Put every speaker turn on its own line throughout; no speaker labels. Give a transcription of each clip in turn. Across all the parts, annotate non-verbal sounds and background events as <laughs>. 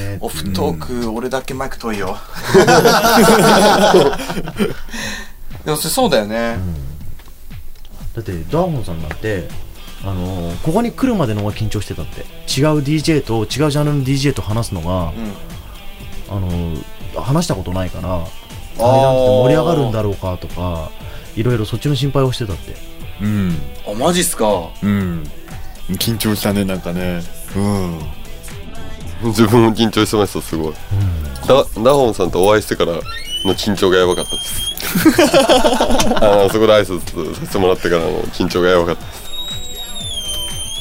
ね
オフトーク、俺だけマイク遠い
<laughs>
よ。でもそれそうだよね。
だってダーホンさんなんてあのーここに来るまでの方が緊張してたって違う DJ と違うジャンルの DJ と話すのが、
うん。
あのー話したことないから対談って盛り上がるんだろうかとかいろいろそっちの心配をしてたって
うん
あ、マジっすか。
うん緊張したねなんかねうん
<laughs> 自分も緊張してましたすごいダダホンさんとお会いしてからの緊張がやばかったですあ
<laughs>
のそこで挨拶させてもらってからの緊張がやばかったです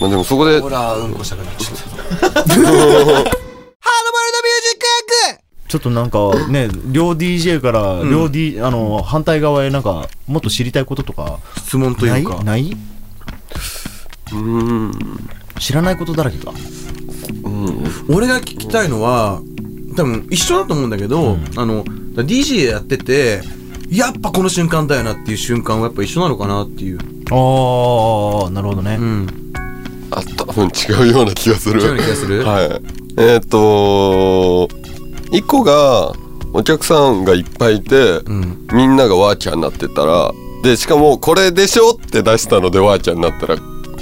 まあでもそこで
ほらうんこした
<laughs>
<laughs> くなっちゃった
ちょっとなんかね両 DJ から両、D あのー反対側へなんかもっと知りたいこととか
質問と
ないいう
か
ない
うん
知らないことだらけか
俺が聞きたいのは多分一緒だと思うんだけど、あの DJ やっててやっぱこの瞬間だよなっていう瞬間はやっぱ一緒なのかなっていう
ああなるほどね、
うん
あ多分違うような気がする
違うような気がする
<laughs> はいえーっ、と一個がお客さんがいっぱいいて、
うん
みんながワーキャーになってたらでしかもこれでしょって出したのでワーキャーになったら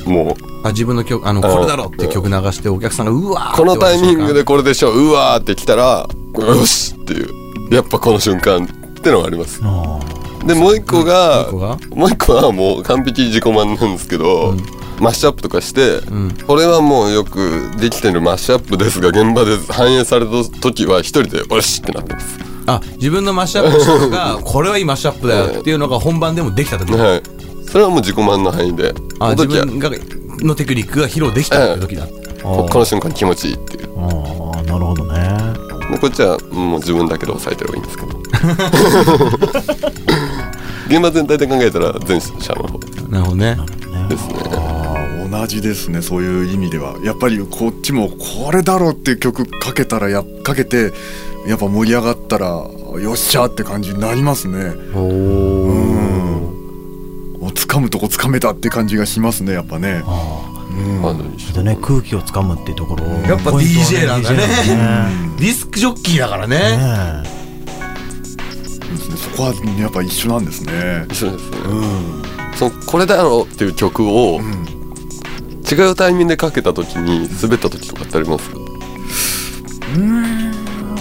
もう
あ自分の曲あの
あ
これだろって曲流してお客さんがうわーって
このタイミングでこれでしょうわーってきたらよしっていうやっぱこの瞬間ってのがあります
あ
でもう一個が
うんもう一
もう一個はもう完璧自己満なんですけど、マッシュアップとかして、
ん
これはもうよくできてるマッシュアップですが現場で <laughs> 反映された時は一人でよしってなってます
あ自分のマッシュアップしたの <laughs> がこれはいいマッシュアップだよっていうのが本番でもできた時
はいそれはもう自己満の範囲でこ
あ
の
自
時は
分がのテクニックが披露できたって時だ
ここの瞬間気持ちいいっていう
あああなるほどね
でこっちはもう自分だけで抑えてればいいんです <laughs> けど現場全体で考えたら全社の方
なるほどね
ですね
あ同じですねそういう意味ではやっぱりこっちもこれだろうっていう曲かけたらやかけてやっぱ盛り上がったらよっしゃーって感じになりますねうんお掴むとこ掴めたって感じがしますねやっぱね
まあどうでしょ
で
う
ね空気をつかむっていうところ
やっぱ
ポイントは
DJ なんだ
DJ なんだね
ねディスクジョッキーだからね
ねえ
ですねそこはやっぱ一緒なんですね
そうですね、そのこれだろうっていう曲を、違うタイミングでかけた時に滑った時とかってあります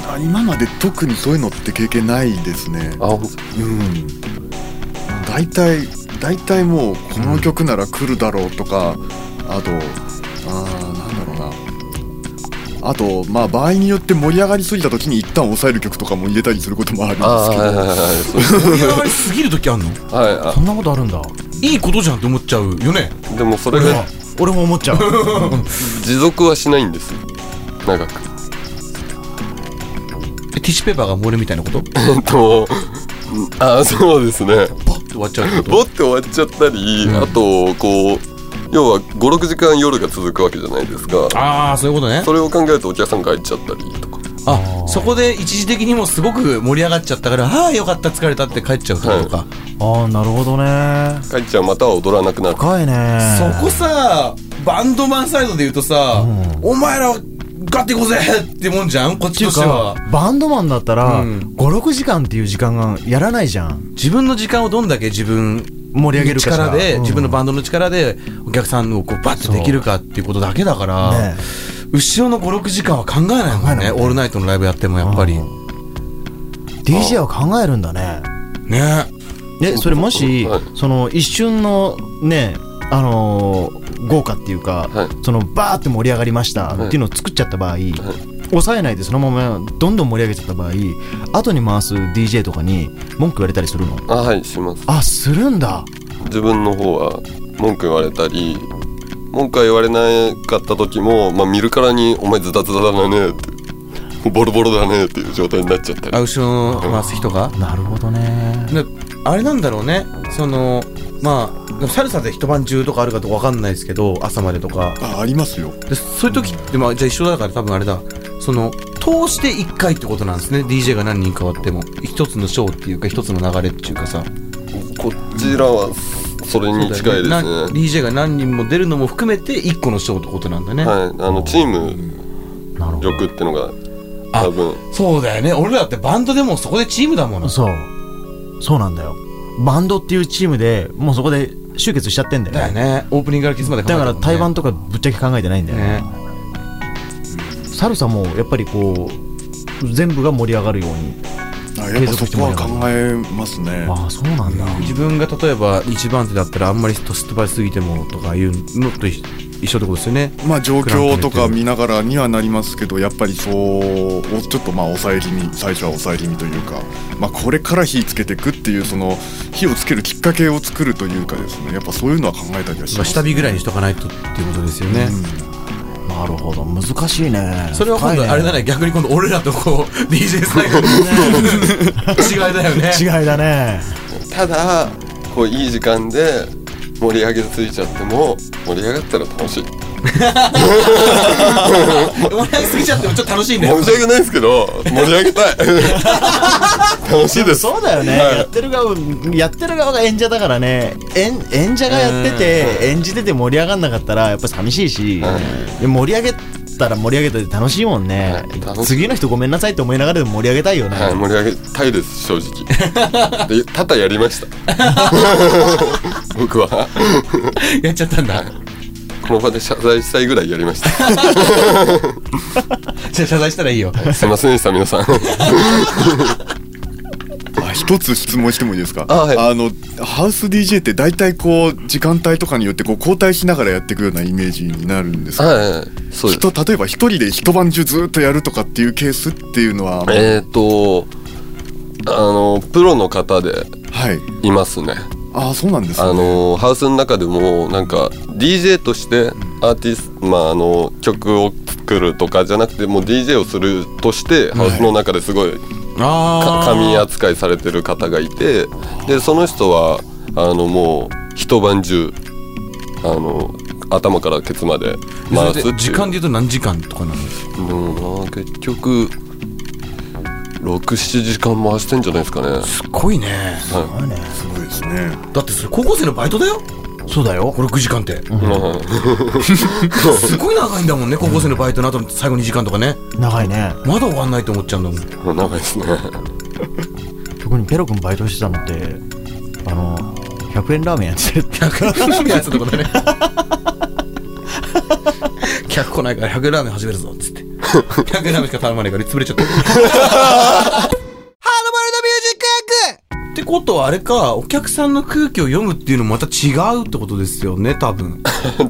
あ今まで特にそういうのって経験ないですね
あ本当
うん大体大体もうこの曲なら来るだろうとか、あとあーなんだろうなあとまあ場合によって盛り上がりすぎた時に一旦抑える曲とかも入れたりすることもあるんで
あーはいはいはいはいそうです
盛り上がりすぎる時あんの
はいあ
そんなことあるんだ
いいことじゃんって思っちゃうよね
でもそれ
俺は
が
俺も思っち
<laughs>
ゃう
持続はしないんですよ長く <laughs>
えティッシュペーパーが漏れるみたいなことパ
えっとあーそうですね
ッて終わっちゃうってこ
ボって終わっちゃったり、あとこう要は56時間夜が続くわけじゃないですか
<laughs> とああそういうことね
それを考えるとお客さんが帰っちゃったりとか
あそこで一時的にもすごく盛り上がっちゃったからああよかった疲れたって帰っちゃうってことか、
ああなるほどね
帰っちゃうまたは踊らなくなる
深いね
そこさバンドマンサイドで言うとさ、お前らガっていこうぜってもんじゃんこっ
って
ち
い
と
う
しては
かバンドマンだったら
うん
56時間っていう時間がやらないじゃん
自分の時間をどんだけ自分
盛り上げるかしら
力で、
うん
自分のバンドの力でお客さんをこうバッてできるかっていうことだけだから、
ね
後ろの56時間は考えないもんねオールナイトのライブやってもやっぱり、
うん DJ は考えるんだね
ね
えそれもし
はい
その一瞬のねあのー豪華っていうか、
はい
そのバーって盛り上がりましたっていうのを作っちゃった場合、抑えないでそのままどんどん盛り上げちゃった場合後に回す DJ とかに文句言われたりするの
あはいします
あするんだ
自分の方は文句言われたり文句は言われなかった時も、まあ、見るからに「お前ズタズタだね」って「ボロボロだね」っていう状態になっちゃった
あ
り
後ろの回す人が、
なるほどね
であれなんだろうねそのまあでもサルサで一晩中とかあるかとかわかんないですけど朝までとか
あありますよ
でそういう時ってまあじゃあ一緒だから多分あれだその通して1回ってことなんですね DJ が何人変わっても一つのショーっていうか一つの流れっていうかさ
こちらはそれに近いですね
な DJ が何人も出るのも含めて1個のショーってことなんだね、
はいあのチーム力ってのが多分
そうだよね俺らだってバンドでもそこでチームだもの
そうそうなんだよバンドっていうチームでもうそこで集結しちゃってんだよ
だよ
ね
ねオープニングからキスまで考え
だか
たもんね
ら台湾とかぶっちゃけ考えてないんだよね
ね
サルサもやっぱりこう全部が盛り上がるように
あやっぱそこは考えますね
ああそうなんだ
自分が例えば一番手だったらあんまり突っ張りすぎてもとかいうのと一緒ってことですよね
まあ状況とか見ながらにはなりますけどやっぱりそうちょっとまあ抑え気味最初は抑え気味というか、まあ、これから火つけていくっていうその火をつけるきっかけを作るというかですねやっぱそういうのは考えたりはし
ま
ま
あ
す
下火ぐらいにしとかないとっていうことですよね、
なるほど難しいね
それは今度あれだね逆に今度俺らとこう DJ スタイルの <laughs> 違いだよね
深いね違いだね
ただこういい時間で盛り上げついちゃっても盛り上がったら楽しい
笑いすぎちゃってもちょっと楽しいね
申し訳ないですけど盛り上げた
<laughs>
い楽しいで
<laughs>
す
そうだよね、
はい
やってる側やってる側が演者だからね演演者がやってて演じてて盛り上がんなかったらやっぱ寂しいし、で盛り上げたら盛り上げたで楽しいもん
は
ね
い、楽しい
次の人ごめんなさいって思いながらでも盛り上げたいよね、
はい、盛り上げたいです正直で多々やりました <laughs> 僕は
やっちゃったんだ
この場で謝罪したいぐらいやりました
じゃあ謝罪したらいいよ
すいませんでした皆さん
あ一つ質問してもいいですか
あはい
のハウス DJ って大体こう時間帯とかによってこう交代しながらやっていくようなイメージになるんですか
はいそうです
人例えば一人で一晩中ずっとやるとかっていうケースっていうのは、
えっ、ー、とあのプロの方で
はい
いますね
ああそうなんですね
あのハウスの中でもなんか DJ としてアーティスト、まあ、あの曲を作るとかじゃなくてもう DJ をするとしてハウスの中ですごいか
あ
神扱いされてる方がいてでその人はあのもう一晩中あの頭からケツまで回すっていう
時間で言うと何時間とかなの
うん結局67時間回してんじゃないですかね
すごいね
まあね
すごいですね
だってそれ高校生のバイトだよ
そうだよ
56時間って
うん
<laughs> すごい長いんだもんね高校生のバイトの後の最後2時間とかね
長いね
まだ終わんないと思っちゃうんだもん
長いですね <laughs>
特にペロ君バイトしてたのってあの100円ラーメンやってる
100円やつとかだね客来ないから100円ラーメン始めるぞっつって100円ラーメンしか頼まないから潰れちゃったハードボイルドミュージックってことはあれかお客さんの空気を読むっていうのもまた違うってことですよね多分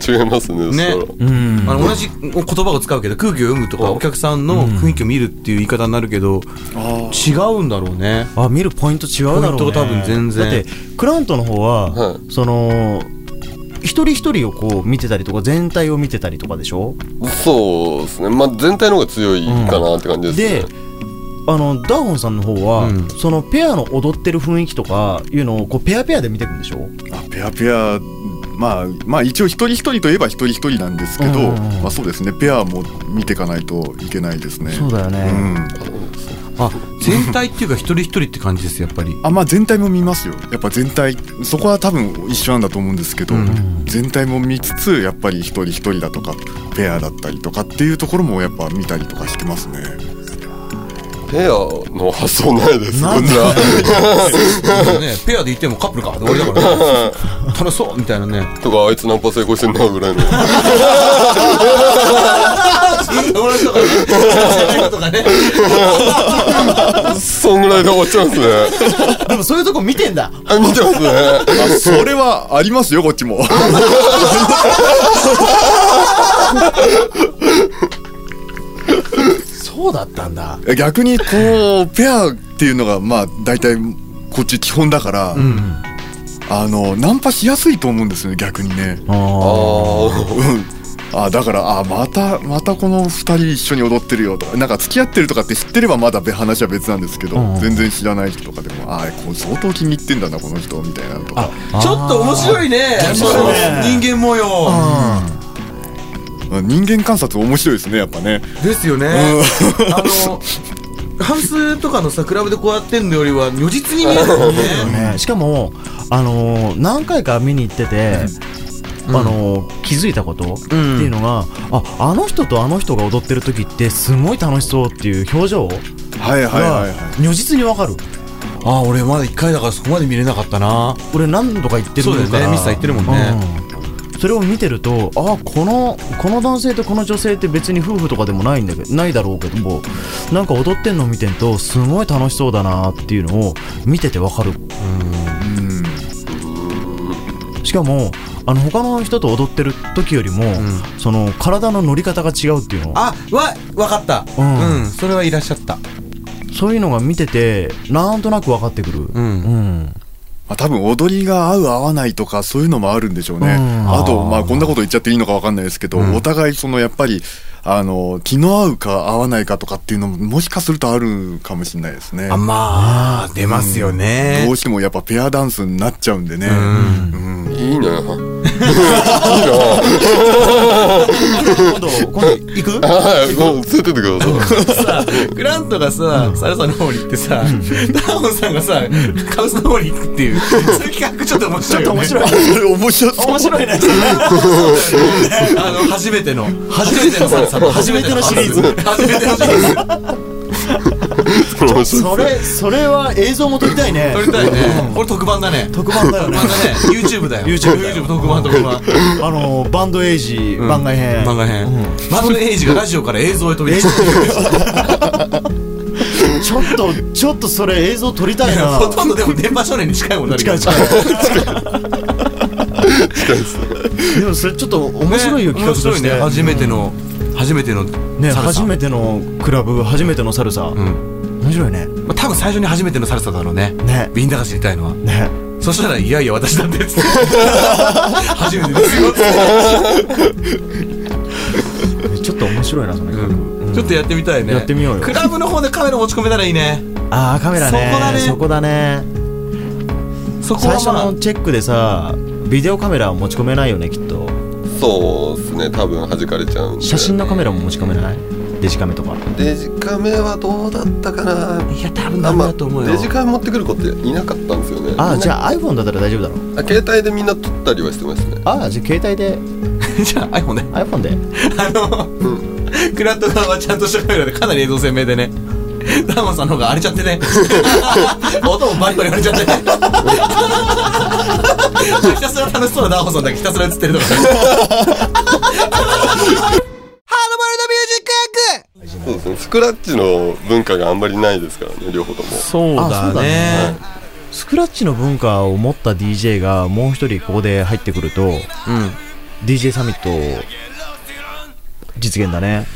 違いますね
ね
そら
うん
あの同じ言葉を使うけど空気を読むとかお客さんの雰囲気を見るっていう言い方になるけど違うんだろうね
<laughs> あ見るポイント違うだろうね
ポイントが多分全然
だってクラウントの方は、
は
その一人一人をこう見てたりとか全体を見てたりとかでしょ
そうですねまあ全体の方が強いかなって感じで
です
ね、
あのダーホンさんの方は、
うん
そのペアの踊ってる雰囲気とかいうのをこうペアペアで見ていくんでしょ
あペアペアまあまあ一応一人一人といえば一人一人なんですけど、
うんうんうん
まあそうですねペアも見ていかないといけないですね
そうだよね
うん、
あ全体っていうか一人一人って感じですやっぱり
あまあ全体も見ますよやっぱ全体そこは多分一緒なんだと思うんですけど、
ん
全体も見つつやっぱり一人一人だとかペアだったりとかっていうところもやっぱ見たりとかしてますね
ペアの発想ないですこ
なんん
な
だ
ね、ペアでいてもカップルか俺だから、ね、楽しそうみたいな <laughs> ね
とかあいつナンパ成功してんなぐらいの
友達とかねとかね
そんぐらいで終わっちゃいますね <laughs>
でもそういうとこ見てんだ
あ見てますね
あそれはありますよこっちも
そうだったんだ
<laughs> 逆にこうペアっていうのがまあ大体こっち基本だから、あのナンパしやすいと思うんですよね逆にね
あ
あ
ー
うんあだからあまたまたこの2人一緒に踊ってるよとかなんか付き合ってるとかって知ってればまだべ話は別なんですけど、
うん
全然知らない人とかでもああこう相当気に入ってんだなこの人みたいなのとか
ちょっと面白いねその人間模様
うん人間観察面白いですねやっぱね
ですよねあのハウスとかのさクラブでこうやってんのよりは如実に見えるもんね
ね、しかも、あのー何回か見に行ってて、あの気づいたことって
ん
いうのが、ああの人とあの人が踊ってる時ってすごい楽しそうっていう表情
はいはいはいはい
が如実にわかる
<laughs> あ俺まだ1回だからそこまで見れなかったな
俺何度か言ってる
そうだよね
から
ミスさん言ってるもんね
うんそれを見てるとあこのこの男性とこの女性って別に夫婦とかでもないんだけどないだろうけどもなんか踊ってんのを見てるとすごい楽しそうだなっていうのを見ててわかるしかもあの他の人と踊ってる時よりも、その体の乗り方が違うっていうの
あわ分かった
うん
うんそれはいらっしゃった
そういうのが見ててなんとなく分かってくる、
ん
うん
まあ、多分踊りが合う合わないとかそういうのもあるんでしょうね。
うん
あとまあこんなこと言っちゃっていいのかわかんないですけど、お互いそのやっぱりあの気の合うか合わないかとかっていうのももしかするとあるかもしれないですね。
あまあ出ますよね
どうしてもやっぱペアダンスになっちゃうんでね。うん
いいないいな
今度今度行く
はいもう連れてってください
さグラントがさ、サルサの方に行ってさ、ダウンさんがさ、カウスの方に行くって <laughs> いう、そういう企画ちょっと面白いよ、ね。面白
<laughs>
面
い。
白そう。面白いね。
<laughs> あの、初めての、初めてのサルサの、初めてのシリーズ。初めてのシリーズ。
面白い
それそれは映像も撮りたいね
撮りたいね。これ特番だね。
特番だよ
特
ね
番だね。YouTube だよ。
YouTube だよ
YouTube 特番特番。
あのバンドエイジ番外編、
漫画編。マドレイジがラジオから映像
<laughs>
へ飛び出して
ちょっとちょっとそれ映像撮りたいな
ほとんどでも電波少年に近いもんだけ
近
ど
い近い
近いですね
でもそれちょっと面白いよ、
ね
企画と
面白
し
い
て
ね。初めての、初めての
ね
サルサ。
初めてのクラブ初めてのサルサ、
うん。
面白いね
まあ多分最初に初めてのサルサだろうね。
ね
ビンダが知りたいのは。
ね
そしたら、いやいや、私だってっつって。初めてで
<laughs>
すよっつって
ちょっと面白いなその企画、
ちょっとやってみたいね。
やってみようよ
クラブの方でカメラ持ち込めたらいいね。
ああカメラね
そこだね
そこだね
そこ
最
は
初
まあ
のチェックでさビデオカメラは持ち込めないよねきっと
そうですね多分弾かれちゃうんで
写真のカメラも持ち込めないデジカメとか
デジカメはどうだったかない
や、多分ダメだと思うよ。
デジカメ持ってくる子っていなかったんですよね
ああじ
ゃ
ゃあ iPhone だったら大丈夫だろう
あ携帯でみんな撮ったりはしてましたね
ああじゃあ携帯で
<laughs> じゃあ iPhone ね。
iPhone で
あの、クラット側はちゃんとしたカメラでかなり映像鮮明でね。ダーマンさんの方が荒れちゃって <laughs> ね。音もバリバリ荒れちゃってね。ひたすら楽しそうなダーマンさんだけひたすら映ってるとかね。ハードボールドミュージッ
そ
クエッグ
うですねスクラッチの文化があんまりないですからね両方とも
そう
だねスクラッチの文化を持った DJ がもう一人ここで入ってくると
うん。
DJ サミット実現だね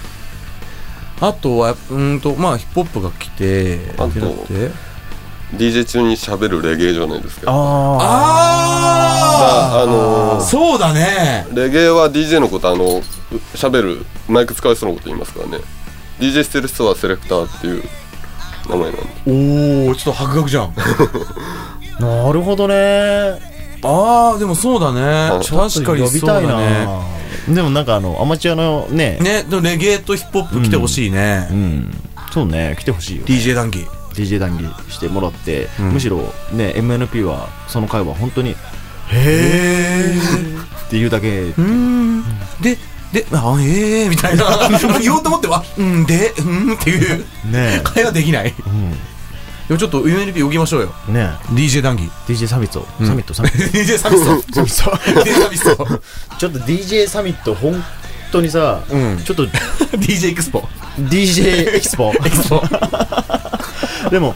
あとは、うーんと、まあ、ヒップホップが来て、
あと
ってなって。
DJ 中に喋るレゲエじゃないですか
あ
あ
ああの
あ
ー
そうだね
レゲエは DJ のことあの喋るマイク使う人のこと言いますからね DJ してる人はセレクターっていう名前なんで
おおちょっと白学じゃん
あなるほどね
あーでもそうだね
あ
確かに
呼び
そう
たい
だね
なでもなんかあのアマチュアのね
ねでもレゲエとヒップホップ来てほしいね、
うんそうね来てほしいよ
DJ 談義
DJ 談義してもらって、むしろね MNP はその会は本当に「へえ」っていうだけ
でであええー、みたいな <laughs> 言おうと思ってはうんでうんっていう
ね
会話できない、でもちょっと UNLP 呼きましょうよ
えね
DJ 談 <laughs> 義
DJ サミット、サミットサミッ
DJ サミ <laughs> ット DJ サミット
ト <laughs> ちょっと DJ サミット本当にさ、
ん
ちょっと
DJ エクスポ
DJ エキスポ
エクスポ
<laughs> でも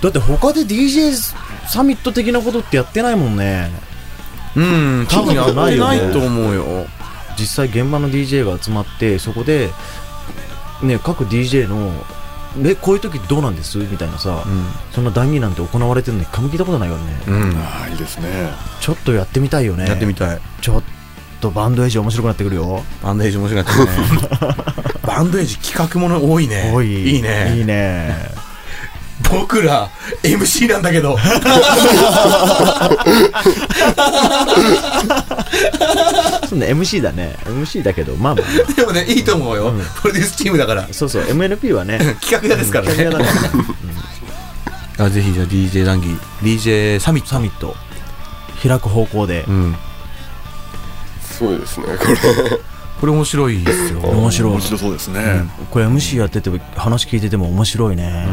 だって他で DJ サミット的なことってやってないもんね
うん多分やってないと思うよ
実際現場の DJ が集まってそこで、ね、各 DJ の「えこういう時どうなんです?」みたいなさ、そんな談義なんて行われてるのに一回も聞いたことないからね、
うん
ああいいですね。
ちょっとやってみたいよね
やってみたい
ちょっとバンドエイジ面白くなってくるよ
バンドエイジ面白かった <laughs> ねバンドエイジ企画もの多いね
おい
いいね
いいね
僕ら MC なんだけ <laughs> ど
<laughs> そうね MC だね MC だけどまあまあ <laughs>
でもねいいと思うよ、プロデュースチームだから
そうそう MNP はね
企画屋ですか
<laughs>
ら
企
ね
画屋だね <laughs>
あぜひじゃあ DJ 談義 DJ サミット
サミット開く方向で
うん
すごいですねこれ
これ面白いですよ
面白い
面白そうですね、
これ MC やってて話聞いてても面白いね、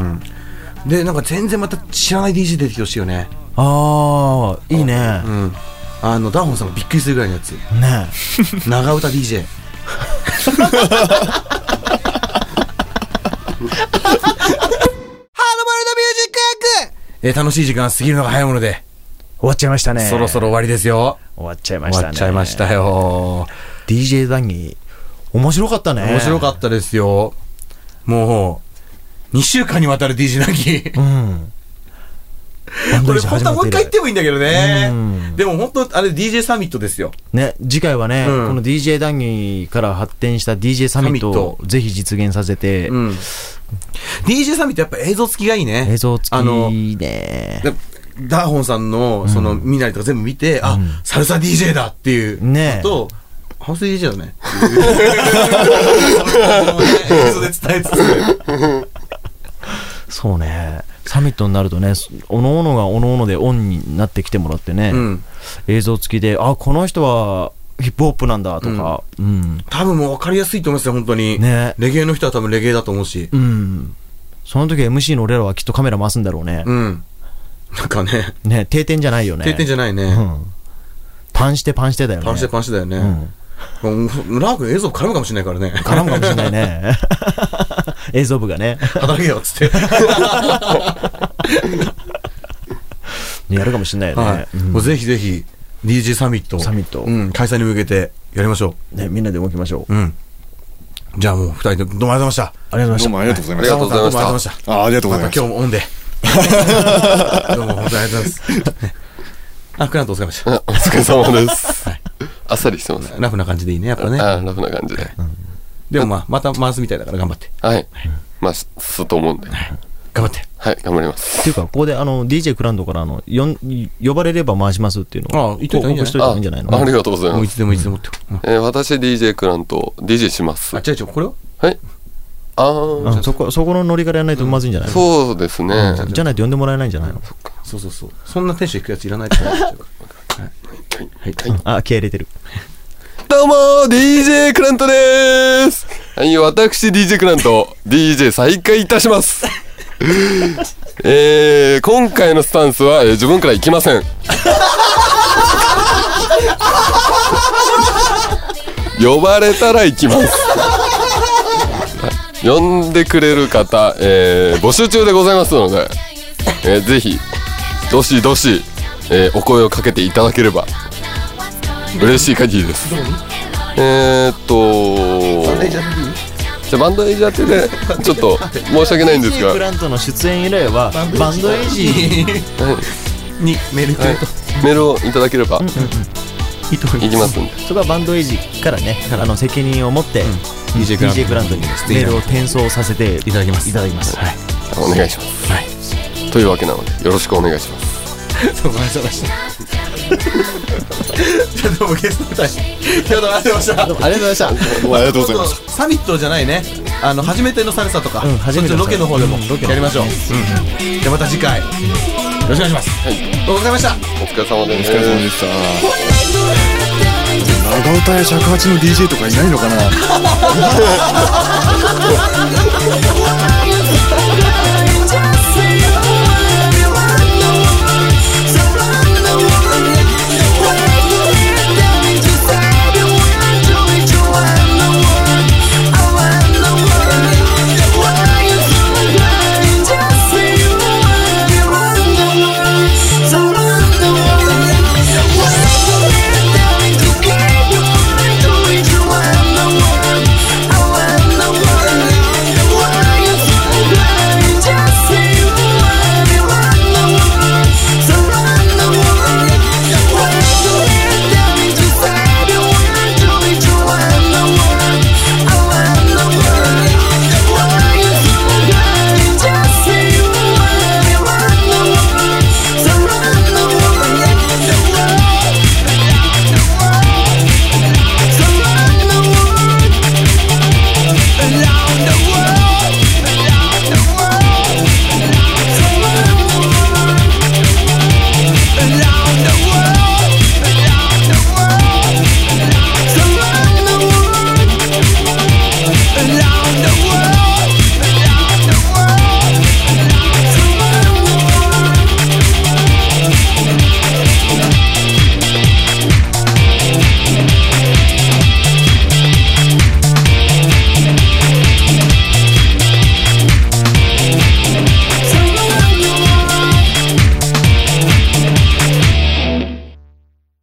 でなんか全然また知らない DJ 出てきてほしいよね
ああいいね、
うんあのダホンさんがびっくりするぐらいのやつ
ね
長唄 DJ えー楽しい時間過ぎるのが早いもので、
終わっちゃいましたね
そろそろ終わりですよ
終わっちゃいました
終わ
ね
っちゃいましたよ
DJ 談義面白かったね
面白かったですよもう2週間にわたる DJ なき
うん
これ本当はもう一回言ってもいいんだけどね
うん。
でも本当、あれ DJ サミットですよ。
ね、次回はね、
うん
この DJ 談義から発展した DJ サミット
サミ
を
ッ
ぜひ実現させて、
うん。DJ サミットやっぱ映像付きがいいね。
映像付
あの、
きで
だダーホンさんの、その、見なりとか全部見て、あ、サルサ DJ だっていう。
ね
と、ハウス DJ だね。 <laughs> 映像で伝えつつ。
そうねサミットになるとねおのおのがおのおのでオンになってきてもらってね、
うん。
映像付きであこの人はヒップホップなんだとかうん、
多分もう分かりやすいと思いますよ、本当に。
ね
レゲエの人は多分レゲエだと思うし
う。ん、その時 MC の俺らはきっとカメラ回すんだろうね、
うん。なんかね、
ね定点じゃないよね
定点じゃないね
う。ん、パンしてパンしてだよね
パンシェパンシェだよね。もうラー君映像絡むかもしれないからね。
絡むかもしれないね <laughs> 映像部がね
働けよっつって。
やるかもしれないよね、
はい。
うん
もうぜひぜひ、DJ サミット。
サミット
うん。開催に向けてやりましょ
ね、みんなで動きましょう、
う。うん。じゃあもう二人でどうもありがとうございました。
ありがとうございました
どうもありがとうござい
あ
ま
り
し
が
た
とうございまし
どもありがとうご
あありがとうご
た
ざいました。ま
ざ
た
いまし
今日
た
もオンで。ど <laughs> うも本当にありがとうございます。あ、クラントお疲れ様でし
あお疲れ様です、あっさりしてます
た。ラフな感じでいいね、やっぱね。
あラフな感じで、
でもまあ、また回すみたいだから頑張って。
はいまあすすと思うんで
頑張って。
はい頑張ります
っていうかここであの DJ クランドからあのよん呼ばれれば回しますっていうの
あ言っといた方がいいんじゃな
報告しとい
い
た方がいいんじゃないの
あありがとうござい
もう
ま
い
す、
つでもいつでもって。うん
えー私 DJ クランと DJ します
あ、違う違う、これは
はいあー
うんそこそこのノリからやらないとまずいんじゃないの、
そうですね、
じゃないと呼んでもらえないんじゃないの
そうそうそう。そんなテンションいくやついらないから。はい。はい。
あ気合い入れてる
どうもー DJ クラントでーすはい、私 DJ クラント、DJ 再開いたしますえー、今回のスタンスは、えー自分から行きません。 <laughs> 呼ばれたら行きます。 <laughs> 呼んでくれる方、えー、募集中でございますので、えー、ぜひ、どしどし、えーお声をかけていただければ、嬉しい限りです。えー、っとじゃあバンドエイジ当てでちょっと申し訳ないんです
DJ ク
が
ランドの出演依頼はバンドエイジ
にメールくれと。
メールをいただければ
いいと思
いきますんで
そこはバンドエイジからねあの責任を持って、
DJ クラント
DJ クランドにメールを転送させてい
ただきます
いただきます、はい、
お願いします、というわけなのでよろしくお願いします
そう、ごめんなさいました。じゃあどうもゲストの方に <laughs> 今日どうもありがとうござ
あ
いました。
りがとうございました
どうもありがとうございました
サミットじゃないね。あの初めてのサルサとか、
うん初めての
そっちロケの方でも
うんロケの方
やりましょう。じゃあまた次回よろしくお願いします。どうもありがとうございました。
お疲れ様です
お疲れ様でした長唄や尺八の DJ とかいないのかな
Thank you.